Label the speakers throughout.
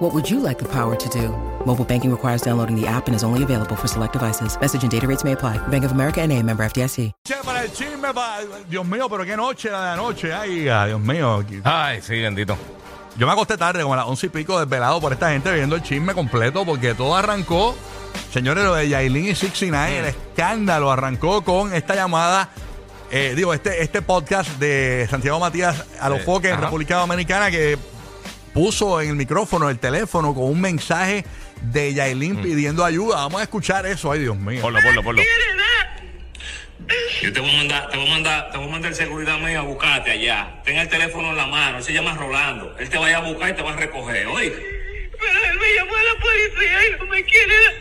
Speaker 1: What would you like the power to do? Mobile banking requires downloading the app and is only available for select devices. Message and data rates may apply. Bank of America and a member FDIC.
Speaker 2: Che, para el chisme, para... Dios mío, pero qué noche la de anoche. Ay, ah, Dios mío.
Speaker 3: Ay, sí, bendito.
Speaker 2: Yo me acosté tarde, como a las once y pico, desvelado por esta gente viendo el chisme completo, porque todo arrancó. Señores, lo de Yailin y 69, el escándalo arrancó con esta llamada. eh, digo, este, este podcast de Santiago Matías a los
Speaker 3: Eh,
Speaker 2: foques en
Speaker 3: ajá.
Speaker 2: República Dominicana que puso en el micrófono el teléfono con un mensaje de Yailin
Speaker 3: Mm.
Speaker 2: pidiendo ayuda. Vamos a escuchar eso. Ay, Dios mío.
Speaker 3: Ponlo, ponlo, ponlo.
Speaker 4: Yo te voy a mandar, te voy a mandar, te voy a mandar el seguridad mío a buscarte allá. Ten el teléfono en la mano, él se llama Rolando. Él te va a ir a buscar y te va a recoger, oye.
Speaker 5: Pero él me llamó a la policía y no me quiere dar.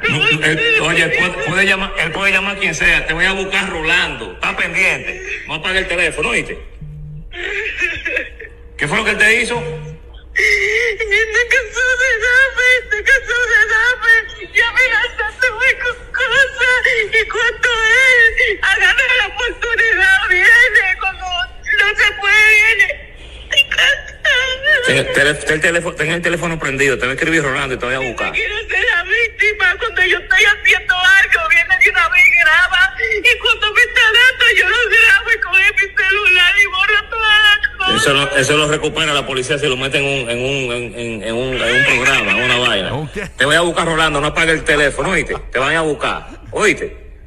Speaker 4: No, él- oye, él puede, puede llamar, él puede llamar a quien sea, te voy a buscar Rolando. Está pendiente. No apague el teléfono, oíste. ¿Qué fue lo que él te hizo?
Speaker 5: Está cansado de darme, está cansado de darme. Ya amenazándome con cosas. Y cuando él agarra la oportunidad, viene. Cuando no se puede, viene. Estoy cansada.
Speaker 4: Ten el, telé- ten el teléfono, ten el teléfono prendido, te va a escribir Rolando y te voy a
Speaker 5: No
Speaker 4: buscar.
Speaker 5: quiero ser la víctima. Cuando yo estoy haciendo algo, viene de una vez y graba. Y cuando me está dando, yo lo grabo y coge mi celular y borro todas las cosas.
Speaker 4: Eso lo, eso lo recupera la policía si lo mete en un, en un, en, en- en un, en un programa, en una vaina.
Speaker 2: ¿Un qué?
Speaker 4: Te voy a buscar, Rolando, no apague el teléfono, oíste. Te van a ir a buscar, oíste.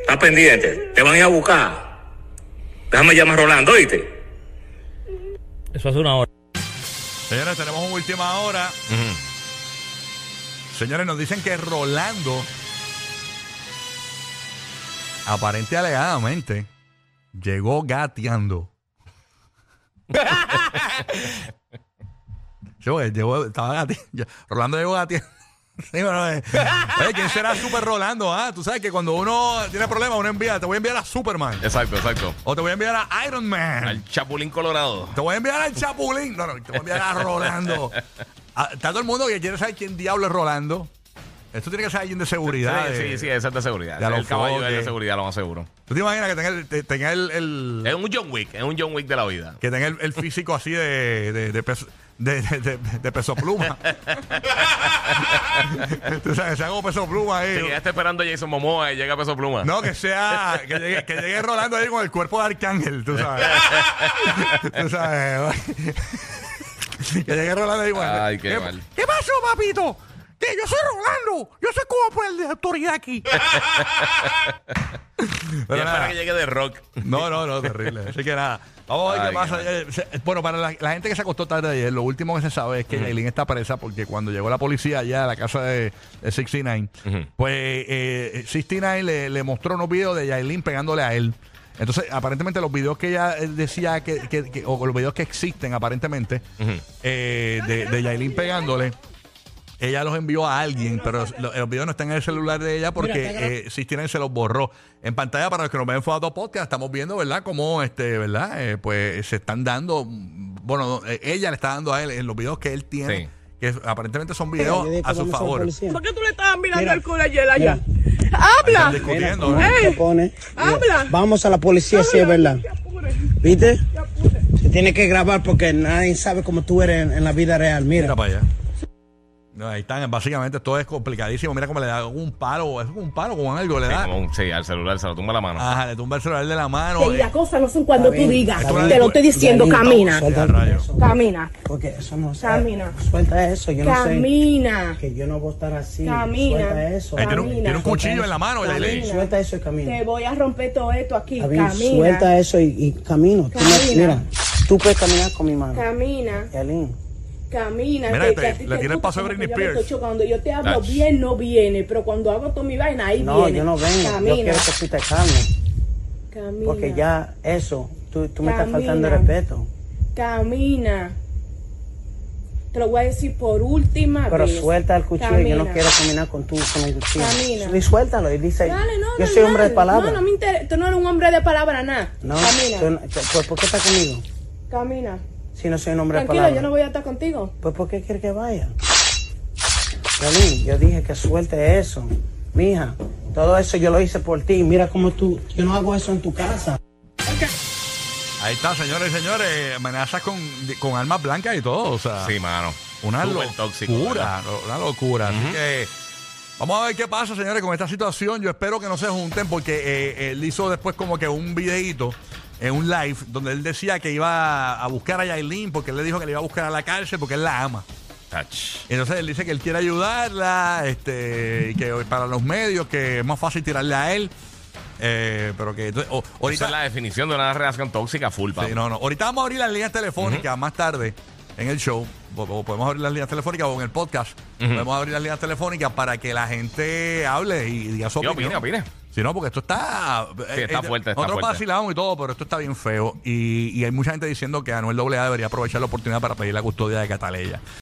Speaker 4: Está pendiente, te van a ir a buscar. Déjame llamar a Rolando, oíste.
Speaker 6: Eso hace una hora.
Speaker 2: Señores, tenemos una última hora. Señores, nos dicen que Rolando, aparente y alegadamente, llegó gateando. Sí, porque llegó- estaba gate- ya- Rolando llegó gateando. Sí, bueno, eh. Oye, ¿quién será Super Rolando? Ah, tú sabes que cuando uno tiene problemas, uno envía, te voy a enviar a Superman.
Speaker 3: Exacto, exacto.
Speaker 2: O te voy a enviar a Iron Man.
Speaker 3: Al Chapulín Colorado.
Speaker 2: Te voy a enviar al Chapulín. No, no, te voy a enviar a Rolando. Ah, Está todo el mundo que quiere saber quién diablo es Rolando. Esto tiene que ser alguien de seguridad.
Speaker 3: Sí,
Speaker 2: de-
Speaker 3: sí, sí, esa es de seguridad.
Speaker 2: de a
Speaker 3: el
Speaker 2: los
Speaker 3: caballo es de
Speaker 2: foques.
Speaker 3: seguridad, lo más seguro.
Speaker 2: ¿Tú te imaginas que tenga el, te- tenga el, el-
Speaker 3: Es un John Wick, es un John Wick de la vida.
Speaker 2: que tenga el, el físico así de, de, de peso, de, de- de- de peso pluma? Tú sabes, sea como peso pluma ahí.
Speaker 3: Sí, ya está esperando a Jason Momoa y llega Peso Pluma.
Speaker 2: No, que sea, que llegue, que llegue Rolando ahí con el cuerpo de Arcángel, tú sabes. tú sabes. que llegue Rolando ahí con el-
Speaker 3: Ay, qué mal.
Speaker 2: ¿Qué pasó, papito? Que yo soy Rolando. Yo soy como el de autoridad aquí.
Speaker 3: Ya
Speaker 2: Pero nada.
Speaker 3: espera que llegue de rock.
Speaker 2: No, no, no, terrible. Así que nada. Vamos a ver
Speaker 3: Ay,
Speaker 2: qué pasa.
Speaker 3: qué
Speaker 2: Eh, se- Bueno, para la, la gente que se acostó tarde ayer, lo último que se sabe es que Yailin está presa porque cuando llegó la policía allá a la casa de, de 69, pues eh, 69 le, le mostró unos videos de Yailin pegándole a él. Entonces, aparentemente los videos que ella eh, decía, que, que- que- o los videos que existen aparentemente, eh, de, de Yailin pegándole, ella los envió a alguien, pero lo- los videos no están en el celular de ella porque eh, Sistine se los borró. En pantalla, para los que nos ven en Foto Podcast, estamos viendo, ¿verdad? Cómo, este, ¿verdad? Eh, pues se están dando, mm, bueno, no, eh, ella le está dando a él en los videos que él tiene,
Speaker 3: Sí.
Speaker 2: que aparentemente son videos a su favor.
Speaker 7: ¿Por
Speaker 2: Están
Speaker 7: qué tú le estabas mirando
Speaker 8: Mira.
Speaker 7: el culo ayer allá?
Speaker 2: discutiendo,
Speaker 8: Mira,
Speaker 2: ¿eh?
Speaker 8: ¿cómo te pones?
Speaker 7: Habla.
Speaker 8: Vamos a la policía si es verdad. ¿Viste? Se tiene que grabar porque nadie sabe cómo tú eres en, en la vida real.
Speaker 2: Mira
Speaker 8: Mira.
Speaker 2: para allá. No, ahí están, básicamente todo es complicadísimo. Mira cómo le da un palo, es un palo con algo, le
Speaker 3: Sí,
Speaker 2: da.
Speaker 3: como un- sí, al celular se lo tumba la mano.
Speaker 2: Ajá, le tumba el celular de la
Speaker 7: Y
Speaker 2: mano. eh.
Speaker 7: las cosas no son cuando tú digas.
Speaker 2: está bien.
Speaker 7: Te lo estoy diciendo,
Speaker 8: Yailin,
Speaker 7: camina.
Speaker 8: suelta
Speaker 2: Ya, rayo.
Speaker 8: eso,
Speaker 7: Camina,
Speaker 8: Porque eso no se-
Speaker 7: Camina.
Speaker 8: Suelta eso, yo no sé.
Speaker 7: camina.
Speaker 8: Que yo no voy a estar así.
Speaker 7: Camina.
Speaker 8: Suelta eso.
Speaker 2: Ahí tiene, un,
Speaker 7: camina,
Speaker 2: tiene un cuchillo en la mano, Yailin.
Speaker 7: Camina.
Speaker 8: Suelta eso y
Speaker 7: Te
Speaker 8: camina.
Speaker 7: voy a romper todo esto aquí.
Speaker 8: David,
Speaker 7: Camina.
Speaker 8: Suelta eso y, y camino. Tú no-
Speaker 7: Camina.
Speaker 8: mira, tú puedes caminar con mi mano.
Speaker 7: Camina,
Speaker 8: Yailin.
Speaker 7: camina.
Speaker 2: Mira,
Speaker 7: que-
Speaker 2: te-
Speaker 8: este,
Speaker 7: que a ti
Speaker 2: le
Speaker 7: te
Speaker 2: tiene el
Speaker 7: gusta
Speaker 2: paso a
Speaker 7: como que
Speaker 2: Britney
Speaker 7: yo me
Speaker 2: Spears.
Speaker 7: estoy chocando. Yo te hablo
Speaker 3: Ach.
Speaker 7: bien, no viene. Pero cuando hago toda mi vaina, ahí
Speaker 8: No,
Speaker 7: viene.
Speaker 8: yo no vengo. Yo
Speaker 7: Camina,
Speaker 8: quiero que tú te calmes.
Speaker 7: camina.
Speaker 8: Porque ya eso, tú, tú me estás faltando de
Speaker 7: Camina.
Speaker 8: respeto.
Speaker 7: Camina. Te lo voy a decir por última
Speaker 8: Pero
Speaker 7: vez.
Speaker 8: suelta el cuchillo, yo no
Speaker 7: Camina.
Speaker 8: quiero caminar con tú con el cuchillo.
Speaker 7: Camina.
Speaker 8: Y suéltalo y dice,
Speaker 7: Dale, no,
Speaker 8: yo
Speaker 7: no,
Speaker 8: soy hombre de
Speaker 7: dale.
Speaker 8: palabra.
Speaker 7: No, no me interesa. Tú no eres un hombre de palabra, nada.
Speaker 8: No,
Speaker 7: Camina.
Speaker 8: tú no- pues, ¿por qué estás conmigo?
Speaker 7: Camina.
Speaker 8: Si no soy un hombre de
Speaker 7: Tranquilo,
Speaker 8: palabra.
Speaker 7: yo no voy a estar contigo.
Speaker 8: Pues ¿por qué quiere que vaya? Violín, yo dije que suelte eso. Mija, todo eso yo lo hice por ti. Mira cómo tú, yo no hago eso en tu casa.
Speaker 2: Ahí está, señores y señores. Amenazas con, de- con armas blancas y todo. O sea,
Speaker 3: Sí, mano.
Speaker 2: una
Speaker 3: Súper
Speaker 2: locura.
Speaker 3: tóxico, ¿verdad?
Speaker 2: lo- una locura. Así que vamos a ver qué pasa, señores, con esta situación. Yo espero que no se junten porque eh, él hizo después como que un videíto en un live donde él decía que iba a buscar a Yailin porque él le dijo que le iba a buscar a la cárcel porque él la ama.
Speaker 3: Tach.
Speaker 2: Entonces él dice que él quiere ayudarla, este, y que para los medios, que es más fácil tirarle a él. Eh, pero que entonces, o-
Speaker 3: Esa
Speaker 2: ahorita,
Speaker 3: es la definición de una relación tóxica full, papi.
Speaker 2: Sí, no, no. Ahorita vamos a abrir las líneas telefónicas más tarde en el show. O- o Podemos abrir las líneas telefónicas o en el podcast. Podemos abrir las líneas telefónicas para que la gente hable y diga su
Speaker 3: Sí,
Speaker 2: opinión.
Speaker 3: opine, opine.
Speaker 2: Si no, porque esto está. eh,
Speaker 3: Sí, está fuerte, está
Speaker 2: Nosotros
Speaker 3: fuerte.
Speaker 2: vacilamos y todo, pero esto está bien feo. Y, y hay mucha gente diciendo que Anuel AA debería aprovechar la oportunidad para pedir la custodia de Cataleya.